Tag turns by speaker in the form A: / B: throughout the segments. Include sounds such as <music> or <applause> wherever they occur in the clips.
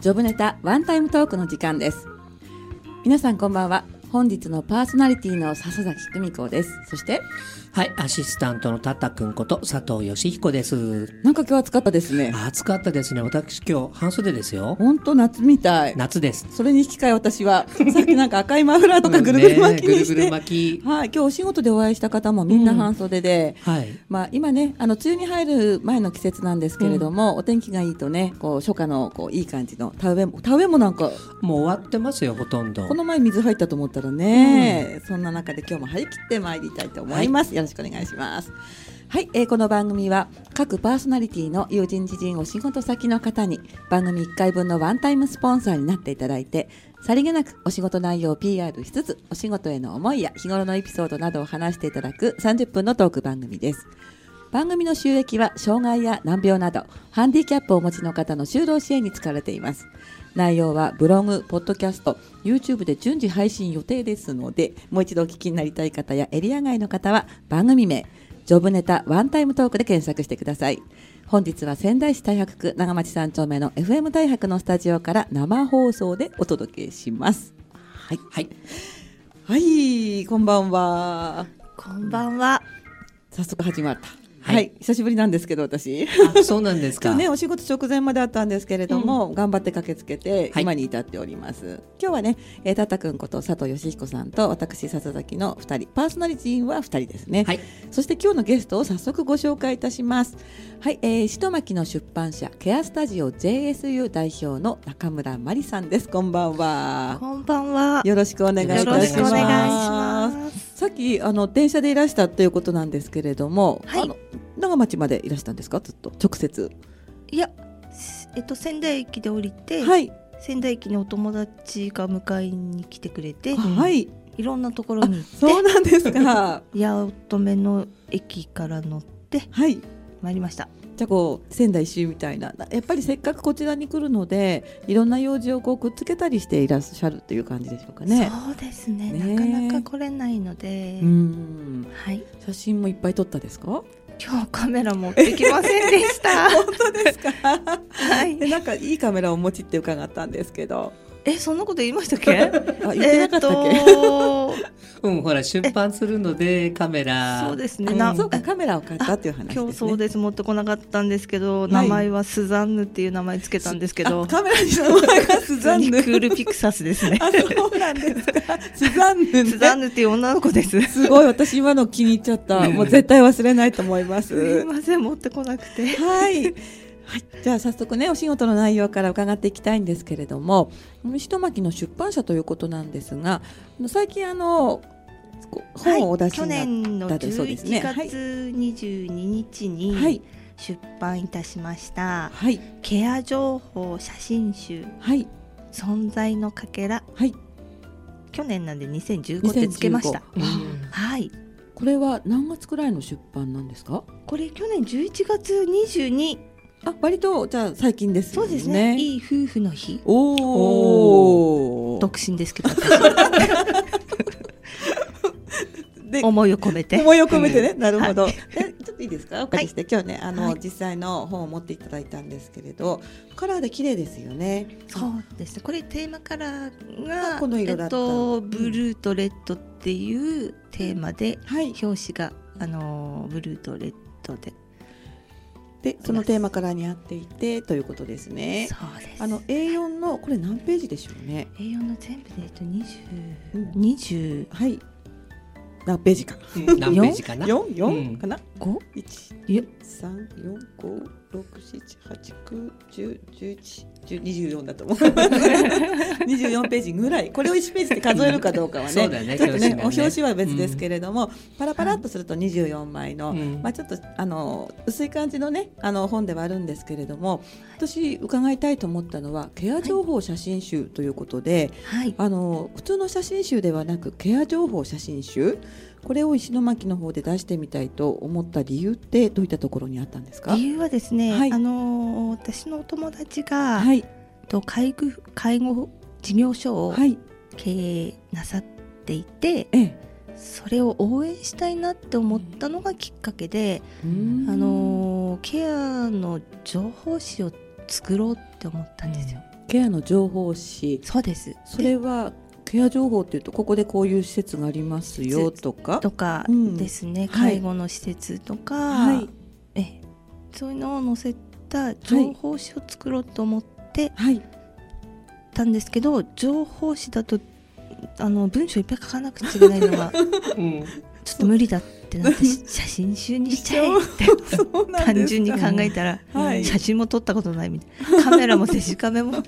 A: ジョブネタワンタイムトークの時間です。皆さんこんばんは。本日のパーソナリティの笹崎久美子です。そして、
B: はい、アシスタントのタタ君こと佐藤義彦です。
A: なんか今日暑かったですね。
B: 暑かったですね。私今日半袖ですよ。
A: ほんと夏みたい。
B: 夏です。
A: それに引き換え私は、さっきなんか赤いマフラーとかぐるぐる巻きにして、
B: ねぐるぐる巻き。
A: はい、今日お仕事でお会いした方もみんな半袖で、
B: はい。
A: まあ、今ねあの梅雨に入る前の季節なんですけれども、お天気がいいとねこう初夏のこういい感じの田植えも田植えもなんか
B: もう終わってますよ、ほとんど。
A: この前水入ったと思ったらね、そんな中で今日も張り切ってまいりたいと思います、よろしくお願いしますはい、えーこの番組は各パーソナリティの友人知人お仕事先の方に番組1回分のワンタイムスポンサーになっていただいてさりげなくお仕事内容を PR しつつお仕事への思いや日頃のエピソードなどを話していただく30分のトーク番組です番組の収益は障害や難病などハンディキャップをお持ちの方の就労支援に使われています内容はブログ、ポッドキャスト、YouTube で順次配信予定ですのでもう一度お聞きになりたい方やエリア外の方は番組名ジョブネタワンタイムトークで検索してください本日は仙台市太白区長町三丁目の FM 大白のスタジオから生放送でお届けします
B: はい。はい。
A: はいこんばんは
C: こんばんは。
A: 早速始まったは、
B: はいい
A: 久しぶりなんですけど私
B: あそうなん
A: <laughs>
B: です
A: 今
B: か。
A: 日ねお仕事直前まであったんですけれども、頑張って駆けつけて
B: はい
A: 今に至っております、今日はねえーたたくんこと佐藤義彦さんと私笹崎の2人パーソナリティは2人ですね、
B: はい。
A: そして今日のゲストを早速ご紹介いたしますはい、えー、石巻の出版社ケアスタジオ JSU 代表の中村真理さんですこんばんは
C: こんばんは。
A: よろしくお願いいたし
C: よ
A: ま
C: ろ
A: す
C: しくお願いします。
A: さっきあの電車でいらしたということなんですけれども、
C: はい
A: あの長町までいらしたんですかずっと直接
C: いや、すえっと仙台駅で降りて、
A: はい
C: 仙台駅にお友達が迎えに来てくれて、
A: はい
C: いろんなところに
A: そ
C: 行
A: う
C: っ
A: なんですか <laughs>
C: て、八乙女の駅から乗って
A: はい
C: まいりました。
A: じゃあこう仙台一周みたいなやっぱりせっかくこちらに来るのでいろんな用事をこうくっつけたりしていらっしゃるっていう感じでしょうかね。
C: そうですね
A: ね
C: なかなか来れないので、
A: うん
C: はい。
A: 写真もいっぱい撮ったですか
C: 今日カメラ持ってきませんで
A: <laughs>
C: した。
A: そうですか
C: はい
A: で。なんかいいカメラをお持ちって伺ったんですけ <laughs> ど
C: え、そんなこと言いましたっけ？
A: <laughs> あ言ってなかったっけ、
C: えーと
B: うん、ほら、出版するので、カメラ。
C: そうですね。
A: <laughs> あ
C: な
A: そうかカメラを買ったっていう話ですね
C: 今日そうです持ってこなかったんですけど、
A: い
C: 名前はスザンヌっていう名前つけたんですけど
A: あカメラに名前がス
C: 普
A: ザ
C: 通
A: ン
C: に
A: ヌ
C: クールピクサスですね
A: あそうなんですかスザンヌね
C: スザンヌっていう女の子ですす
A: すごい私今の気に入っちゃったもう絶対忘れないと思いま
C: い
A: す
C: ません持ってこなくて
A: はい。はい、じゃあ早速ねお仕事の内容から伺っていきたいんですけれども石巻の出版社ということなんですがあの最近あのこう本をお出し
C: 去
A: になっ
C: 年の
A: だってそうですね
C: 11月22日
A: は
C: に
A: い
C: 出版いたしました、
A: はい
C: ケア情報写真集
A: はい
C: 存在のかけら
A: はい
C: 去年なんで2015ってつけました
B: うん。
C: はい
A: これは何月くらいの出版なんですか
C: これ去年11月22
A: あ割とじゃあ最近です
C: そ
A: よ
C: う
A: ね
C: ですねいい夫婦の日
A: おお
C: 独身で
A: <laughs>
C: すけど
A: で
C: 思いを込
A: <laughs>
C: めて
A: 思いを込めてね、なるほど。でちょっといい <laughs> ですか、お借りして、今日ね、あの、
C: はい
A: 実際の本を持っていただいたんですけれど。カラーで綺麗ですよね。
C: そうですね。これテーマカラー
A: あ
C: が
A: この色だった
C: えっとブルーとレッドっていうテーマで
A: はい、
C: 表紙があのブルーとレッドで
A: で、そのテーマカラーに合っていて、ということですね。
C: そうです。
A: あの A4 のこれ何ページでしょうね。
C: A4 の全部でえっと20
A: うん
C: 25
A: はい。何ページか。
B: うん何ページかな。
A: 四
B: う
A: 四
B: ん
A: かな。一
C: よ
A: 三四五六七八九十十一十二十四だ
B: <laughs>
A: と思います。二十四ページぐらい。これを一ページで数えるかどうかはね。
B: そうだよね
A: ちょっとね、
B: 表紙がね
A: お表紙は別ですけれども、パラパラっとすると24枚の、
B: うん
A: まあちょっとあの薄い感じのね、あの本ではあるんですけれども、私伺いたいと思ったのはケア情報写真集ということで、
C: はい
A: あの普通の写真集ではなくケア情報写真集これを石巻の方で出してみたいと思った理由ってどういったところにあったんですか
C: 理由はですね、
A: はい
C: あの私のお友達が
A: はい
C: と介護介護事業所を
A: はい、
C: 経営なさっていて、
A: ええ、
C: それを応援したいなって思ったのがきっかけで、
A: うん
C: あのーケアの情報誌を作ろうって思ったんですよ。
A: ケアの情報誌
C: そうです
A: それはケア情報っていうとここでこういう施設がありますよとか
C: とか
A: うん
C: ですね、
A: はい
C: 介護の施設とか、
A: はい
C: えそういうのを載せた情報誌を作ろうと思って
A: はい
C: たんですけど、情報誌だとあの文章いっぱい書かなくちゃいけないの
A: <laughs>
C: がちょっと無理だってなってし写真集にしちゃえって
A: そうなんですか
C: <laughs> 単純に考えたら、
A: はい
C: 写真も撮ったことないみたいなカメラもデジカメもあ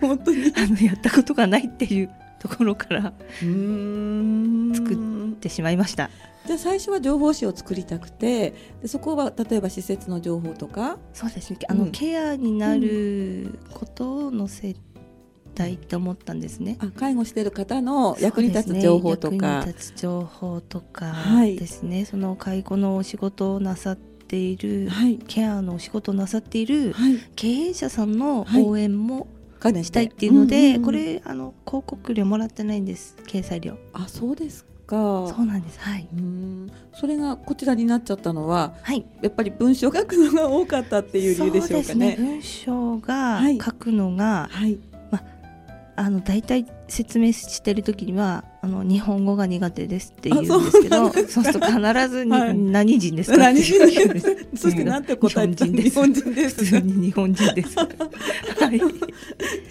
A: 本当
C: <laughs>
A: に
C: のやったことがないっていうところから
A: 作
C: 作
A: っ
C: ってしまいました。
A: じゃあ最初は情報誌を作りたくてでそこは例えば施設の情報とか
C: そうですね。あの、
A: うん
C: ケアになることを載せたいと思ったんですね。
A: あ介護している方の役に立
C: そう
A: つ
C: ですね
A: 情報とか
C: 役に立つ情報とか
A: はい
C: ですね。その介護のお仕事をなさっている、
A: はい
C: ケアのお仕事をなさっている
A: はい
C: 経営者さんの
A: はい
C: 応援も
A: 加減
C: したいっていうので、
A: んんん
C: これあの広告料もらってないんです。掲載料。
A: あそうです
C: そ
A: か
C: うなんです。はい。
A: うーんそれがこちらになっちゃったのは
C: はい。
A: やっぱり文章書くのが多かったっていう理由でしょう
C: そ
A: か
C: うですね。
A: ね。
C: 文章が
A: はい
C: 書くのが、
A: はい、
C: あの大体説明してる時にはあの日本語が苦手ですって言うん
A: あ
C: です
A: そう
C: け
A: な
C: ど
A: ん
C: そう
A: ですか
C: すると必ずに、
A: はい
C: 何人ですか
A: 何
C: って言うんです
A: <laughs> そしてなんて答えた
C: 日
A: 日本
C: 本
A: 人です <laughs>
C: 普通に日本人です。はい、
A: 結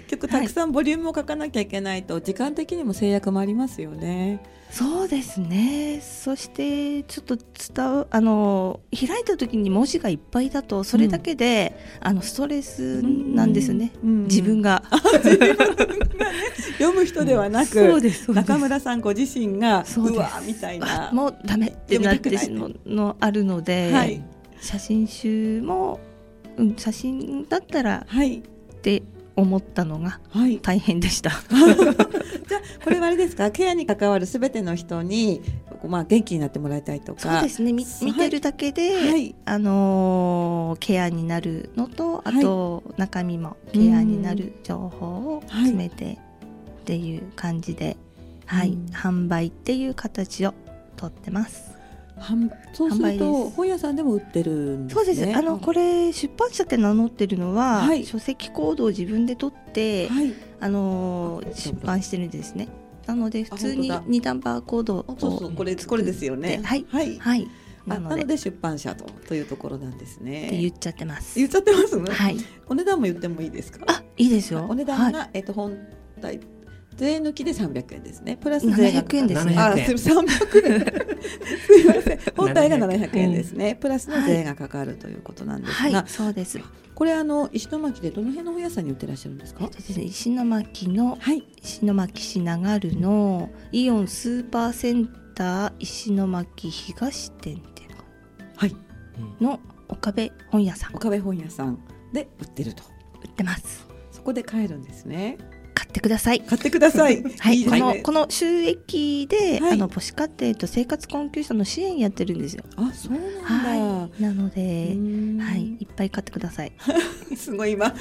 A: 局たくさんボリュームを書かなきゃいけないと時間的にも制約もありますよね。
C: そうですねそしてちょっと伝うあの開いた時に文字がいっぱいだとそれだけで、あのストレスなんですね、
A: うんうん
C: 自分が。
A: 読む人ではなく、
C: そうですそうです
A: 中村さんご自身が
C: そう
A: う
C: です
A: わーみたいな
C: あもうダメってなってしまうのあるので、
A: はい
C: 写真集も、うん、写真だったら
A: はい
C: って思ったのが
A: はい。
C: 大変でした。
A: じゃあこれはあれですかケアに関わるすべての人にまあ元気になってもらいたいとか。
C: すねみ
A: はい
C: 見てるだけで、
A: はい
C: あのーケアになるのとあと、中身もケアになる情報を詰めてっていう感じで、はい
A: うん
C: 販売っていう形をとってます。
A: 販そうする
C: 販売
A: と
C: です
A: 本屋さんでも売ってるんです
C: そ
A: ね。
C: うです、あのこれ出版社って名乗ってるのは、
A: はい
C: 書籍コードを自分で取って、
A: はい。
C: あのー出版してるんですね。なので普通に
A: あ本当だ
C: 二段バーコード
A: あ
C: を
A: そうそうこれこれですよね。
C: はい
A: はい。
C: はいな
A: あな
C: の
A: の
C: でって
A: で出版社とというところなんですね。
C: 言っちゃってます
A: 言っ。ちゃってます、
C: はい。
A: お値段も言ってもいいですか。
C: あいいですよ。
A: お値段が、
C: は
A: えっと本体税抜きで三百円ですね。プラス
C: い
A: 税が
C: 700円ですね。
A: あ、す
B: 700
A: 三百円。 <laughs> すいません。本体が七百円ですね。プラスの税がかかるということなんです
C: は
A: が
C: い、、そうです。
A: これあの石巻でどの辺の本屋さんに売ってらっしゃるんです
C: え
A: か
C: っ。とですね、石巻の
A: はい。
C: 石巻市長るのイオンスーパーセンター石巻東店っていうのか
A: はい。
C: なの岡部本屋さん売
A: 岡部本屋さんで売ってると。
C: ってます。
A: そこで買えるんですね。
C: 買ってください。
A: 買ってくださ <laughs> い。
C: は
A: で
C: い、
A: す
C: この
A: ね
C: この収益で、
A: はい
C: あの母子家庭と生活困窮者の支援やってるんですよ。
A: あ、そうなん
C: は
A: だ。
C: い、なの
A: う
C: で、
A: ーん
C: はい、いっぱい買ってください。
A: すごい今 <laughs>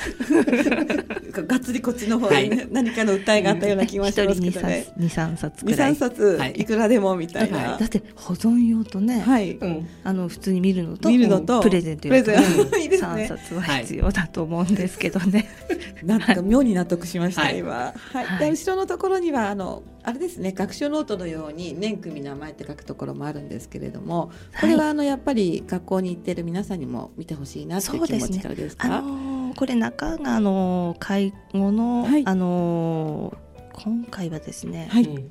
A: がっつりこっちの方にね、何かの訴えがあったような気がしますけどね。
C: 一人二三冊
A: 二
C: くらい。
A: 三
C: だ
A: 冊
B: はい
A: いくらでもみたいな。
C: って保存用とね、
A: はい。
C: あの普通に見るのと
A: 見るのと
C: プレゼン
A: プ
C: ト用
A: レ
C: と
A: ゼント <laughs> いいです
C: 三
A: ね。
C: 冊は必要だと思うんですけどね。
A: なんか妙に納得しました、
B: はい
A: 今。はい。
C: はい
A: で後ろのところにはあのあれですね学習ノートのように年組名前って書くところもあるんですけれども、これはあのやっぱり学校に行ってる皆さんにも見てほしいなっていう気持ちからです
C: あ
A: か。
C: のーこれ中があのー介護の、
A: はい
C: あのー今回はですね、
A: はい。
C: あのー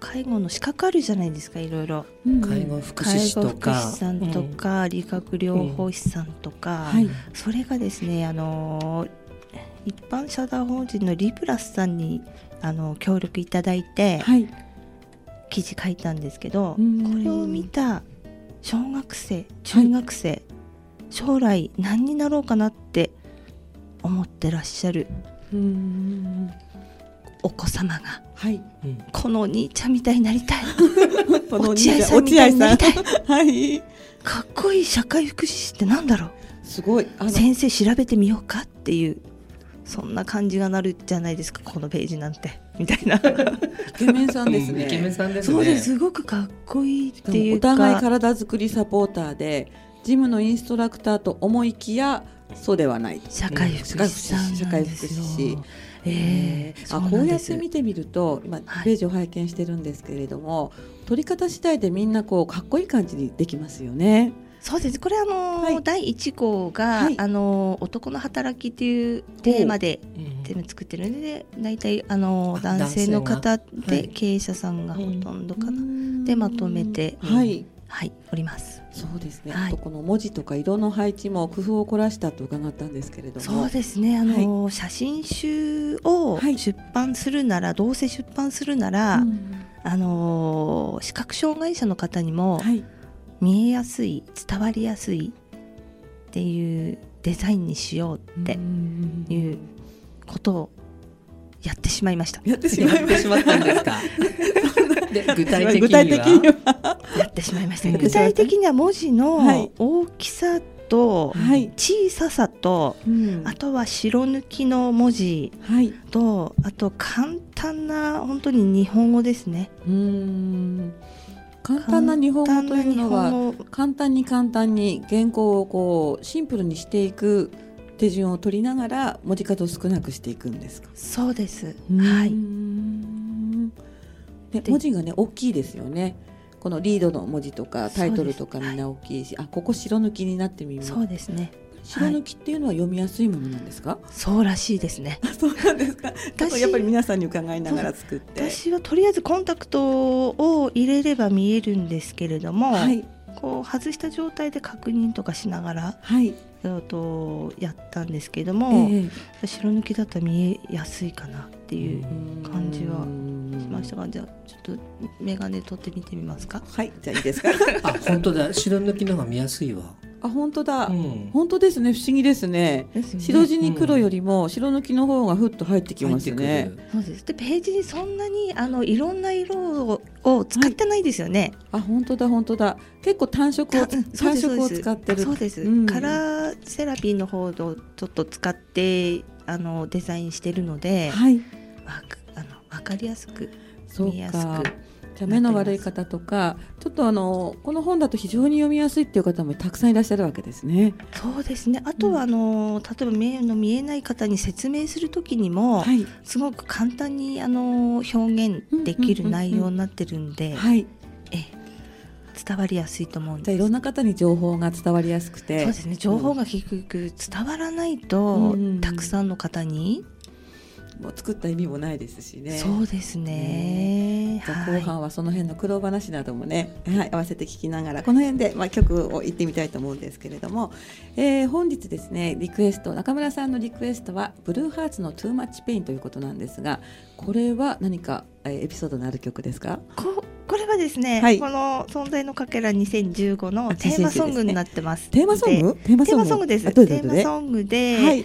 C: 介護の資格あるじゃないですかいろいろ
A: うん
B: 介護福祉
C: 介
B: 士
C: 護
B: と
C: 福祉
B: か
C: 士さんとか、理学療法士さんとか、
A: はい。
C: それがですねあのー一般社団法人のリプラスさんにあのー協力いただいて、
A: はい。
C: 記事書いたんですけど、
A: うん
C: これを見た小学生中学生、将来何になろうかなって思ってらっしゃる
A: うん。
C: お子様が
A: はい。
C: このお兄ちゃんみたいになりたい
A: このお兄
C: 落
A: ち
C: 合
A: ゃ
C: さんみたいになりたい
A: はい。
C: かっこいい社会福祉士ってなんだろ
A: すごい。あ
C: う
A: の
C: 先生調べてみようかっていうそんな感じがなるじゃないですかこのページなんてみたいな
A: イケメンさんです
B: うん
A: ね。
B: イケメンさんですね。
C: そうですすごくかっこいいってい
A: お
C: うか
A: 互い体づくりサポーターでジムのインストラクターと思いきやそうではない。
C: 社会福祉士さんなんですよ
A: 社会福祉士
C: ええ
A: あこうやって見てみると今
C: はい
A: ページを拝見してるんですけれども、取り方次第でみんなこうかっこいい感じにできますよね。
C: そうですこれあのー
A: はい
C: 第1項が、
A: はい
C: あのー男の働き」っていうテーマで
B: うん
C: テーマ作ってるので大体あのー
B: あ
C: 男性の方
B: 男性はは
C: で
B: い
C: 経営者さんがほとんどかな、でまとめて
A: はい、
C: はいおります
A: そうですね、
C: はい
A: あとこの文字とか色の配置も工夫を凝らしたと伺ったんですけれども
C: そうですねあのー、写真集を
A: はい
C: 出版するなら、どうせ出版するなら、
A: うん
C: あのー視覚障害者の方にも
A: はい、
C: 見えやすい伝わりやすいっていうデザインにしようって
A: うん
C: いうことをやってしまいました。
A: やってしまいました
B: <laughs> やってしまったんですか。で具体的には
A: 具体的には
C: やってしまいまし
A: う
C: た。
A: ん <laughs>
C: 具体的には文字
A: はい
C: の大きさと
A: はい
C: 小ささと、
A: うん
C: あとは白抜きの文字
A: はい
C: と、あと簡単な本当に日本語ですね。
A: うん簡単な日本語というの
C: 簡単
A: は
C: な日本語
A: 簡単に簡単に原稿をこうシンプルにしていく手順を取りながら文字数を少なくしていくんですか。
C: そうです。
A: うん
C: はい。。
A: で
C: で
A: 文字がね大きいですよね。このリードの文字とかタイトルとか
C: そうです
A: みんな大きいし、あここ白抜きになってみます。
C: そうですね。
A: 白抜きっていうのは読みやすいものなんですか？
C: そうらしいですね。
A: そうなんです <laughs> か。
C: 私
A: やっぱり皆さんに伺いながら作って。
C: 私はとりあえずコンタクトを入れれば見えるんですけれども、
A: はい
C: こう外した状態で確認とかしながら、
A: はい。
C: えっとやったんですけれど
A: え
C: も、
A: え
C: 白抜きだったら見えやすいかなっていう感じはしました
A: は
C: が、じゃあちょっと眼鏡取って見てみますか。
A: いじゃあいい
C: <laughs>
A: ですか。
B: あ本当だ白抜きの方が見やすいわ。
A: あ本当だ。
B: ん
A: 本当ですね不思議ですね。白地に黒よりも白抜きの方がふっと入ってきますね。
C: そうですでページにそんなにあのいろんな色をを使ってないですよね。
A: あ本当だ本当だ。結構単色を
C: たうんそう
A: 単
C: です
A: 色を使ってる。
C: そうです、
A: うん
C: カラーセラピーの方をちょっと使ってあのデザインしてるので、
A: はい。
C: わかあのわかりやすく
A: そう
C: 見やす
A: か
C: く。
A: じゃあ目の悪い方とかちょっとあのこの本だと非常に読みやすいっていう方もたくさんいらっしゃるわけですね。
C: そうですねあと
A: うん
C: はあの、例えば目の見えない方に説明する時にも、
A: はい
C: すごく簡単にあの表現できる内容になってるんで、
A: はい。
C: ええ伝わりやすいと思うん
A: じゃあ
C: で
A: い
C: す。
A: ろんな方に情報が伝わりやすくて。
C: そうですね情報が結局伝わらないと、
A: うん
C: たくさんの方に、
A: もう作った意味もないですしね。
C: そうですね、
A: じゃあ
C: は
A: 後
C: い
A: 半はその辺の苦労話などもね、はい、合わせて聞きながらこの辺で、まあ、曲を言ってみたいと思うんですけれども、えー本日ですねリクエスト中村さんのリクエストは「ブルーハーツのトゥーマッチペイン」ということなんですがこれは何か、えーエピソードのある曲ですか
C: ここれはですね、
A: はい
C: この「存在のかけら2015」のテーマソングになってます。
A: テーマソン
C: で
A: グテーマ
C: テー
A: ソン
C: マ
A: グ
C: ソングです。
A: あどういう
C: テ
A: こ
C: ー
A: と
C: マ
A: で
C: ソングで、
A: はい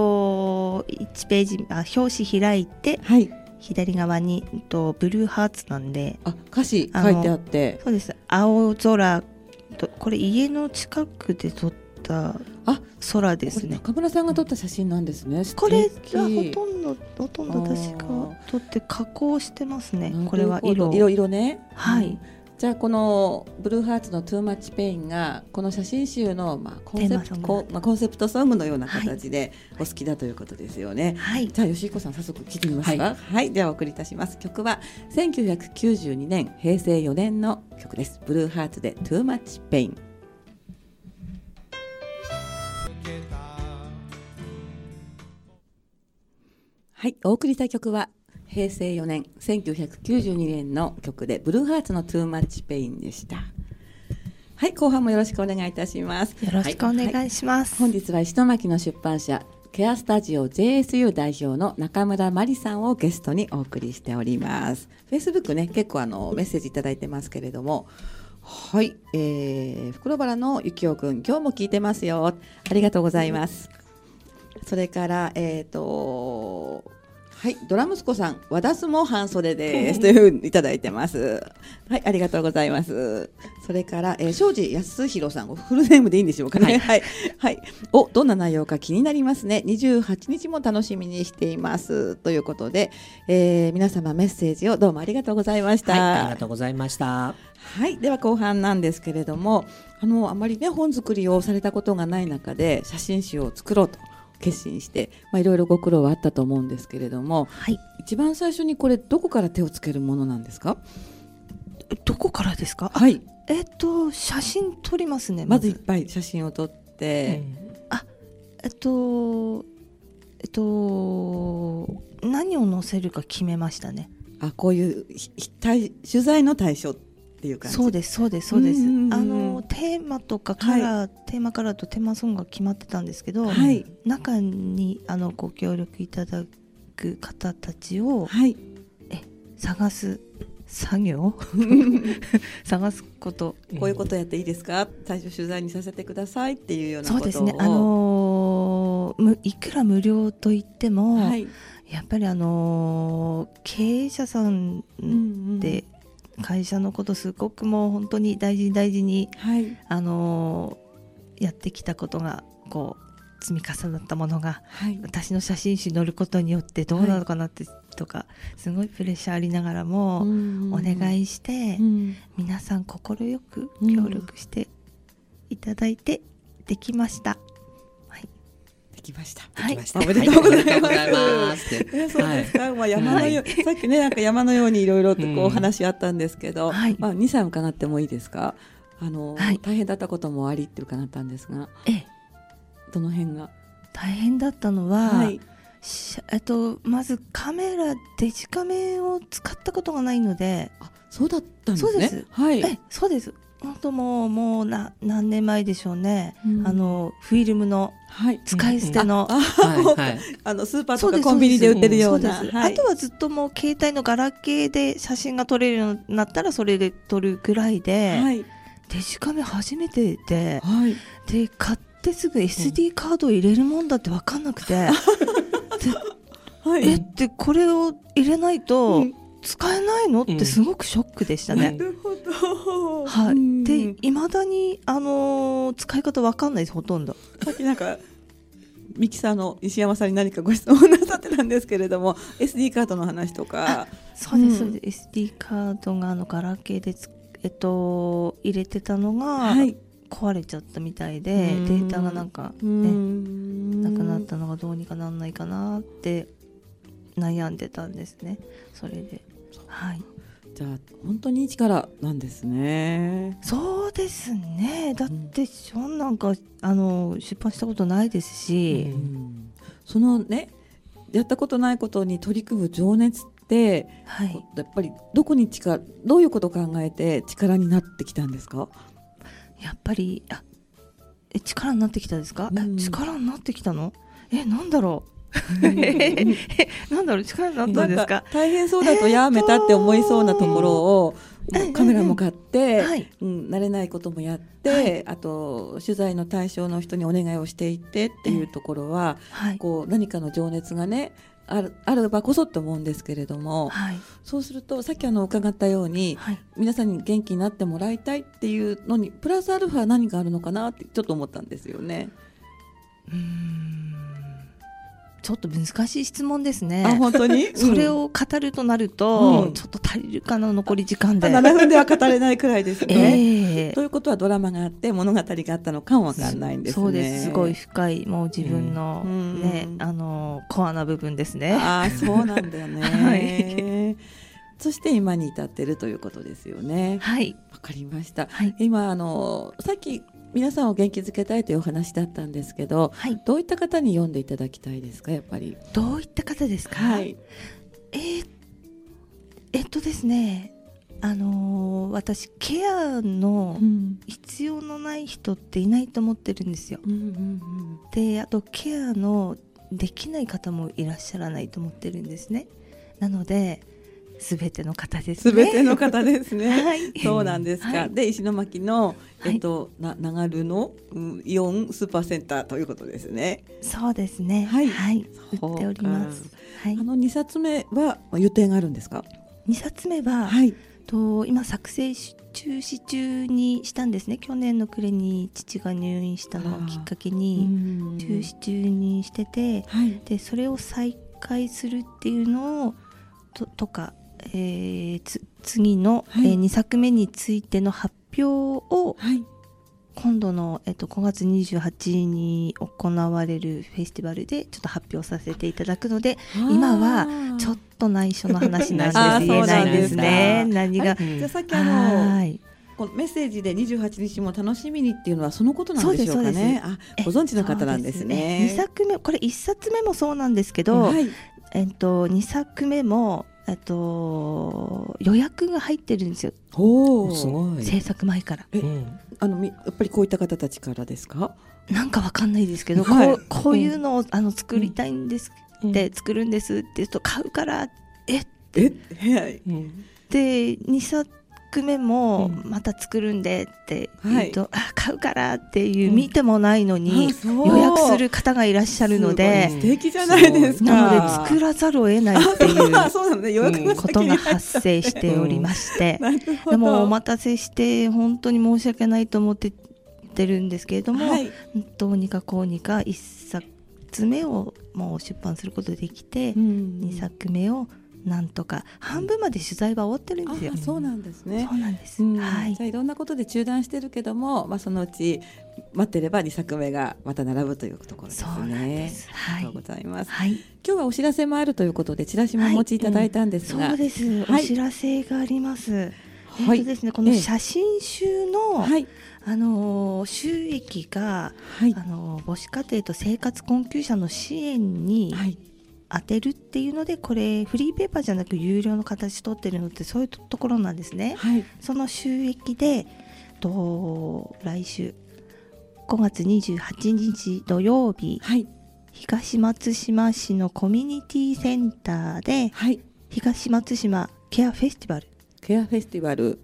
C: と1ページあ表紙開いて
A: はい
C: 左側にうんとブルーハーツなんで
A: あ歌詞書いてあって
C: そうです青空とこれ家の近くで撮った
A: あ
C: 空で
A: こ
C: す
A: れ
C: ね。
A: 中村さんが撮った写真なんですね
C: これ
A: 素敵
C: はほとんどほとんど私
A: あ
C: が
A: ー
C: 撮って加工してます
A: な
C: ね
A: るほ。ど
C: これは色を
A: 色々ね
C: はい
A: うんじゃあこのブルーハーツの「トゥーマッチペインがこの写真集のまあコンセプ
C: テーマソン
A: ト
C: グ
A: こうまあコンセプトソングのような形でお好きだということですよね。
C: はい。
A: じゃあ吉彦さん早速聞いてみますか。は、
B: はい
A: ではお送りいたします。曲は1992年平成4年の曲です。ブルーハーツで「トゥーマッチペインはい、お送りした曲は平成4年1992年の曲でブルーハーツの Too Much Pain でした。はい、後半もよろしくお願いいたします。
C: よろしくお願いします。
A: 本日は石巻の出版社ケアスタジオ JSU 代表の中村真理さんをゲストにお送りしております。Facebook ね結構あのメッセージいただいてますけれども。はい、えー、袋原のゆきおくん今日も聞いてますよありがとうございますそれからえっ、とはい、ドラムスコさん、和田すも半袖です。と <laughs> いうふうにいただいてます。はい、ありがとうございます。それから、えー、庄司康弘さん、フルネームでいいんでしょうかね。はい、はい、お、どんな内容か気になりますね。28日も楽しみにしています。ということで、えー、皆様メッセージをどうもありがとうございました。
B: はい、ありがとうございました。
A: はい、では後半なんですけれども、あのあまりね本作りをされたことがない中で写真集を作ろうと決心して、まあいろいろご苦労はあったと思うんですけれども、
C: はい
A: 一番最初にこれどこから手をつけるものなんですか？
C: どこからですかあ
A: はい、
C: えっ、と写真撮りますね
A: まずいっぱい写真を撮って、
C: えっとえっと何を載せるか決めましたね
A: あこういうひひ対取材の対象っていう感じ。
C: そうですそうですそうです、
A: うんうんうん
C: あのテーマとかカラー、テーマカラーとテーマソングが決まってたんですけど、
A: はい
C: 中にあのご協力いただく方たちを
A: はい、
C: 探す作業 <laughs> 探すこと
A: こういうことやっていいですか？最初取材にさせてくださいっていうような
C: そ
A: こ
C: う
A: とを。
C: ですねあのーむいくら無料と言っても、
A: はい、
C: やっぱりあのー経営者さん
A: うん
C: で、会社のことすごくもう本当に大事に大事に
A: はい
C: あのーやってきたことがこう積み重なったものが
A: はい
C: 私の写真集に載ることによってどうなのかなって、とかすごいプレッシャーありながら
A: う
C: も
A: ん
C: お願いして、
A: うん
C: 皆さん快く
A: うん
C: 協力していただいてできました。はい、
A: できました。
C: はい
B: 来ました
A: おめでとうございます
B: はいおめでとうございますって
A: えそうですか、まあ山のよう、さっきねなんか山のようにいろいろとこ
B: う
A: うん話し合ったんですけど、
C: はい
A: まあ二歳伺ってもいいですか。あの、
C: はい
A: 大変だったこともありって伺ったんですが、
C: ええ
A: どの辺が。
C: 大変だったのは、しえっと、まずカメラデジカメを使ったことがないので、
A: あ、そうだったんですね。
C: そうです
A: はい。
C: えそうです本当もうもうな何年前でしょうね、
A: うん
C: あのフィルムの
A: はい。
C: 使い捨ての、
B: はいはい。
A: あのスーパーと
C: そう
A: か
C: です
A: コンビニで売ってるような。
C: そです
A: はい
C: あとはずっともう携帯のガラケーで写真が撮れるようになったらそれで撮るぐらいで、
A: はい。
C: デジカメ初めてで
A: はい。
C: で買ってすぐ SD カードを入れるもんだって分かんなくて、
A: はい。
C: えってこれを入れないうと
A: ん
C: 使えないの、
B: うん
C: ってすごくショックでしたね。
A: なるほど。
C: は
A: うん
C: い、でいまだに、あのー使い方わかんないですほとんど
A: さっきなんかミキサーの石山さんに何かご質問なさってたんですけれども SD カードの話とか
C: そうです、
A: うん
C: そうです SD カードがあのガラケーでつ、えっと、入れてたのが、
A: はい
C: 壊れちゃったみたいで
A: う
C: デ
A: ん
C: ータがなんか
A: うー
C: ね
A: ん
C: なくなったのがどうにかなんないかなって悩んでたんですねそれではい
A: じゃあ本当に一からなんですね
C: そうですねだってそんなんかあの出版したことないですし、
B: うん
A: そのねやったことないことに取り組む情熱って
C: はい
A: やっぱりどこに力どういうことを考えて力になってきたんですか
C: やっぱりあえ力になってきたですか、え
A: うん
C: 力になってきたのえなんだろう <laughs> なんだろう力になったんです
A: な
C: か
A: ん大変そうだとやめたって思いそうなところを、
C: えーと
A: カメラも買って、
C: はい
A: うん、慣れないこともやって、
C: はい
A: あと取材の対象の人にお願いをしていってっていうところは、
C: はい
A: こう何かの情熱がねあるあればこそと思うんですけれども、
C: はい
A: そうするとさっきあの伺ったように
C: はい
A: 皆さんに元気になってもらいたいっていうのにプラスアルファ何があるのかなってちょっと思ったんですよね。
C: うーんちょっと難しい質問です
A: あ
C: ね
A: 本当に
C: <laughs> それ、
A: うん
C: を語るとなると、
A: うん
C: ちょっと足りるかな残り時間
A: あ
C: で、
A: 7分では語れないくらいですね。
C: <laughs> ええ
A: ということはドラマがあって物語があったのかもわかんないんですね。
C: そうですすごい深いもう自分の、
A: うん
C: ね
A: うん
C: あのコアな部分ですね
A: ああそうなんだよ <laughs> ね。
C: はい
A: そして今に至ってるということですよね。
C: はい
A: わかりました。
C: はい
A: 今あのさっき皆さんを元気づけたいというお話だったんですけど、
C: はい
A: どういった方に読んでいただきたいですかやっぱり。
C: どういった方ですか、えーえっとですねあのー私ケアの
A: うん
C: 必要のない人っていないと思ってるんですよ
A: うんうん
C: であとケアのできない方もいらっしゃらないと思ってるんですねなのですべての方ですす
A: べ
C: ね。
A: ての方ですね。
C: はい。
A: <laughs> そうなんですか。
C: はい
A: で石巻の
C: は
A: え
C: い
A: っと、な長るの、うん、イオンスーパーセンターということですね。
C: そうですね。
A: は
C: はいい。はい。
A: そう
C: 売っております。はい
A: あ。の二冊目は予定があるんですか。
C: 二冊目は、
A: はい。
C: と今作成し中止中にしたんですね。去年の暮れに父が入院したのをきっかけに中止中にしてて、
A: はい。
C: でそれを再開するっていうのをととか、えーつ次の、
A: はい
C: えー、2作目についての発表を
A: はい。
C: 今度の、えっと5月28日に行われるフェスティバルでちょっと発表させていただくので今はちょっと内緒の話な
A: <laughs>
C: ん
A: あー
C: です言えないんですね
A: そう
C: 何が、
A: はじゃあさっきあ
C: は
A: の
C: ーい
A: このメッセージで28日も楽しみにっていうのはそのことなんでしょうか
C: そうです
A: ね。あご存知の方なんですね。
C: 2作目これ1冊目もそうなんですけど、
A: はい。
C: えっと2作目もえっと予約が入ってるんですよ
A: おお。
B: すごい。
C: 制作前から
B: うん
A: あのみやっぱりこういった方たちからですか。
C: なんかわかんないですけど、
A: はい
C: こうこういうのをあの作りたいんですって、作るんですって言うと買うからえっ
A: え、はい。
B: うん
C: て2作目も
B: う
C: また作るんでって言うと、あ買うからっていう、
A: うん
C: 見てもないのに
A: 予
C: 予約する方がいらっしゃるので
B: ね
A: 素敵じゃないですか。
C: なので作らざるを得ないっていう
A: あ <laughs> そうなのね予約が
C: こ
A: 先
C: と
A: に
C: が
A: 入っちゃって
C: 発生しておりまして、
A: なるほど。
C: でもお待たせして本当に申し訳ないと思っててるんですけれども、
A: はい。
C: どうにかこうにか一冊目をもう出版することできて、二
A: 二
C: 作目をなんとか半分まで取材は終わってるんですよ
A: あ、。そうなんですね
C: そ。うなんです。
A: うん
C: はい
A: じゃ。あいろんなことで中断してるけども、まあそのうち待ってれば二作目がまた並ぶというところです
C: そ
A: ね。
C: うなんです。
A: あ
C: は
A: り
C: い
A: がとう。ございます。
C: はい。
A: 今日はお知らせもあるということでチラシもお持ちいただいたんですが、
C: そうです。お
A: はい
C: 知らせがあります。
A: は
C: 本当
A: い
C: ですね。この
A: ええ
C: 写真集の
A: はい
C: あのー収益が
A: はい
C: あのー母子家庭と生活困窮者の支援に
A: はい
C: 当てるっていうのでこれフリーペーパーじゃなく有料の形取ってるのってそういうところなんですね。
A: はい
C: その収益でと来週5月28日土曜日
A: はい
C: 東松島市のコミュニティセンターで
A: はい
C: 東松島ケアフェスティバル
A: ケアフェスティバル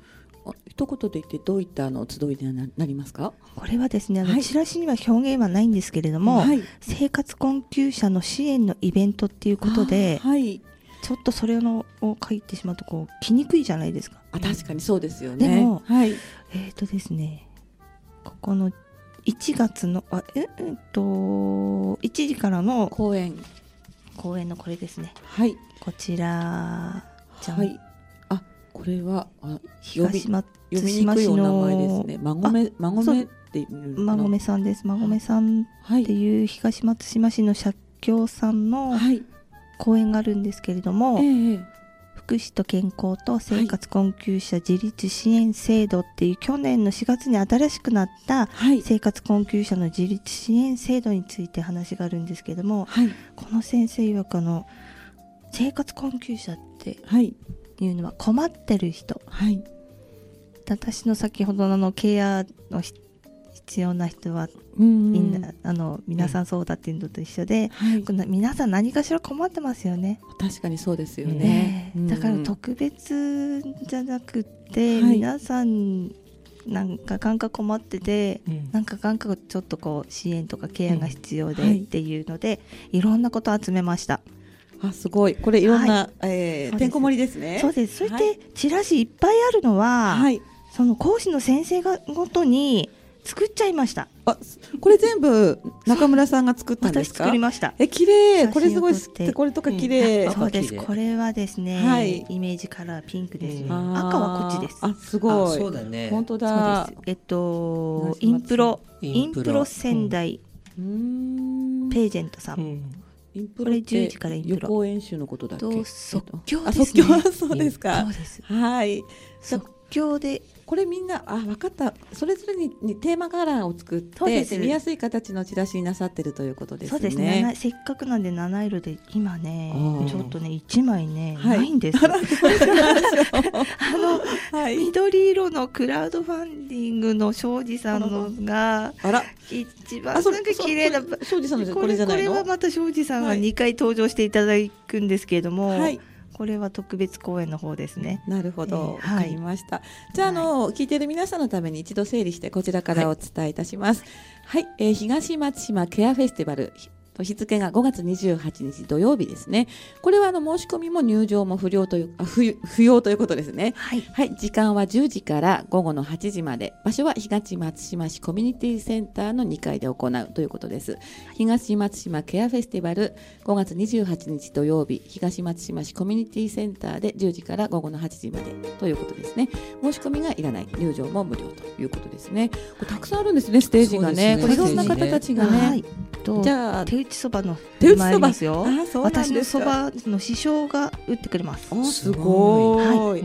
A: お一言で言ってどういったあの集いにななりますか？
C: これはですねあの、
A: はい
C: チラシには表現はないんですけれども、
A: はい
C: 生活困窮者の支援のイベントっていうことで
A: あはい
C: ちょっとそれのを書いてしまうとこう来にくいじゃないですか。
A: あ確かにそうですよね。
C: でも
A: はい
C: えーとですね、ここの1月の、あえ、えっと、1時からの
A: 公演
C: 公演のこれですね。
A: はい
C: こちら、じゃん
A: はいあこれはあ読み
C: 東松
A: 読みに
C: 島
A: くい
C: 市
A: お名前で
C: の
A: すね。孫め孫めっていうの
C: 馬込さんです。馬込さんっ
A: はい
C: ていう東松島市の社協さんの
A: はい
C: 公演があるんですけれども、
A: ええええ
C: 福祉と健康と生活困窮者自立支援制度っていう去年の4月に新しくなった
A: はい
C: 生活困窮者の自立支援制度について話があるんですけれども、
A: はい
C: この先生曰くあの生活困窮者って
A: はい
C: いうのは困ってる人
A: はい
C: 私の先ほどのあのケアのひ必要な人は
A: うん
C: みんな、あの皆さんそうだっていうのと一緒で、
A: はい
C: こんな皆さん何かしら困ってますよね。
A: 確かにそうですよね
C: ね。だから
A: うん
C: 特別じゃなくて、
A: はい
C: 皆さんなんかかんか困ってて
B: うん
C: なんかかんかちょっとこう支援とかケアが必要
A: うんは
C: で
A: い
C: っていうので、いろんなことを集めました。
A: あすごいこれいろんな、えー、
C: そうです
A: てんこ盛りですね。
C: そうです。それ
A: はい
C: でチラシいっぱいあるのは、
A: はい。
C: その講師の先生がごとに作っちゃいました。
A: あすこれ全部中村さんが作ったんで
C: 私
A: すか？
C: 作りました。
A: え綺麗
C: 写真を撮って
A: これすごい知ってこれとか綺麗、
B: うん
C: そうです。
B: 赤綺麗
C: これはですね、
A: はい
C: イメージカラーピンクですね。
B: うん
A: あー
C: 赤はこっちです。
A: あす
B: あ
A: ごい
B: そうだね。
A: 本当だ
C: そうです。えっと
A: 夏祭り
C: インプロ
B: イ
C: イ
B: ン
C: ン
B: プロ
C: プロ仙台
A: うーん
C: ページェントさん。
B: うん
A: インプ
C: これ10時からインプロ
A: 予行演習のことだっけ？
C: と即興
A: あ
C: です
A: 即
C: ね。
A: 興 <laughs> そうですか。
C: そうです。
A: はい。じゃあ
C: 即興で
A: これみんなあ分かった。それぞれににテーマカラーを作っ
C: そう
A: て
C: です
A: 住みやすい形のチラシになさってるということですね。
C: そうですね。
A: <laughs>
C: せっかくなんで七色で今ね
A: あー
C: ちょっとね一枚ね、
A: はい
C: ないんです。
A: <laughs> はい。
C: 緑色のクラウドファンディングの庄司さんのが
A: あら。
C: 一番なんか綺麗な。
A: 庄司さんのじゃこ
C: こ
A: れ
C: れ
A: じゃ
C: こ
A: ない
C: れ
A: の
C: はまた庄司さん
A: は
C: が
A: い
C: 2回登場していただくんですけれども、
A: はい
C: これは特別公演の方ですね。
A: なるほど、わ
C: えーはい
A: かりました。じゃあ、あの、聞いている皆さんのために一度整理して、こちらからお伝えいたします。はい、えー東松島ケアフェスティバル。ひ日付が5月28日土曜日ですね。これはあの申し込みも入場も不要というあ不不要ということですね。
C: はい。
A: はい、時間は10時から午後の8時まで。場所は東松島市コミュニティセンターの2階で行うということです。東松島ケアフェスティバル5月28日土曜日、東松島市コミュニティセンターで10時から午後の8時までということですね。申し込みがいらない、入場も無料ということですね。これたくさんあるんですね、ステージがね。
B: そ
A: こ
B: う
A: れ
B: ですね
A: いろんな
B: ステー
A: 方
B: ジね
A: たちがね。
C: はい。と
A: じゃあ、
C: 手打ちそばの
A: 手打ちそば
C: もありますよ。
A: あそうなん
C: 私の
A: です
C: そ
A: か
C: ばの師匠が打ってくれます。
A: おす
B: す
A: ご
B: ご
A: い。
C: は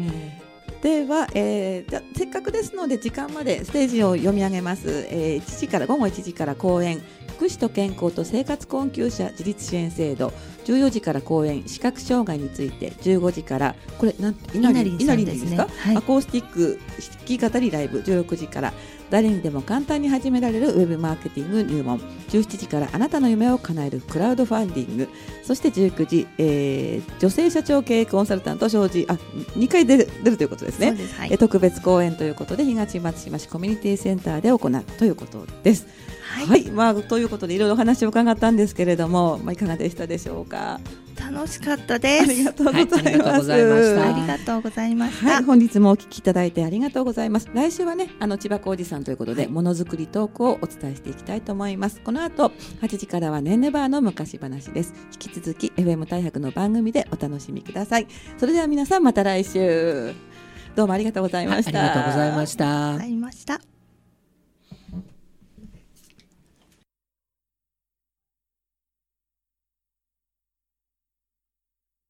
A: では、えーじゃあせっかくですので時間までステージを読み上げます、えー1時から午後1時から公演福祉と健康と生活困窮者自立支援制度14時から公演視覚障害について15時からこれなんて稲荷
C: 稲荷さ
A: でい
C: ん
A: い
C: です
A: です
C: ね
A: か、
C: はい
A: アコースティック弾き語りライブ16時から誰にでも簡単に始められるウェブマーケティング入門17時からあなたの夢を叶えるクラウドファンディングそして19時、えー女性社長経営コンサルタント庄司あ2回出る出るということですね
C: そうです。は
A: え
C: い。
A: 特別公演ということで東松島市コミュニティセンターで行うということです。はい、
C: はい。
A: まあということでいろいろお話を伺ったんですけれども、まあいかがでしたでしょうか。
C: 楽しかった
A: あ
C: です。
A: りがとうございます。
B: はいありがとうございました
C: ありがとうございました。
A: はい、本日もお聞きいただいてありがとうございます。来週はね、あの千葉浩二さんということで、ものづくりトークをお伝えしていきたいと思います。この後、8時からはねんねバーの昔話です。引き続き、FM 大白の番組でお楽しみください。それでは皆さんまた来週。どうもありがとうございま
B: あ
A: し
B: り
A: た。
B: がとうございました
C: あ。りました。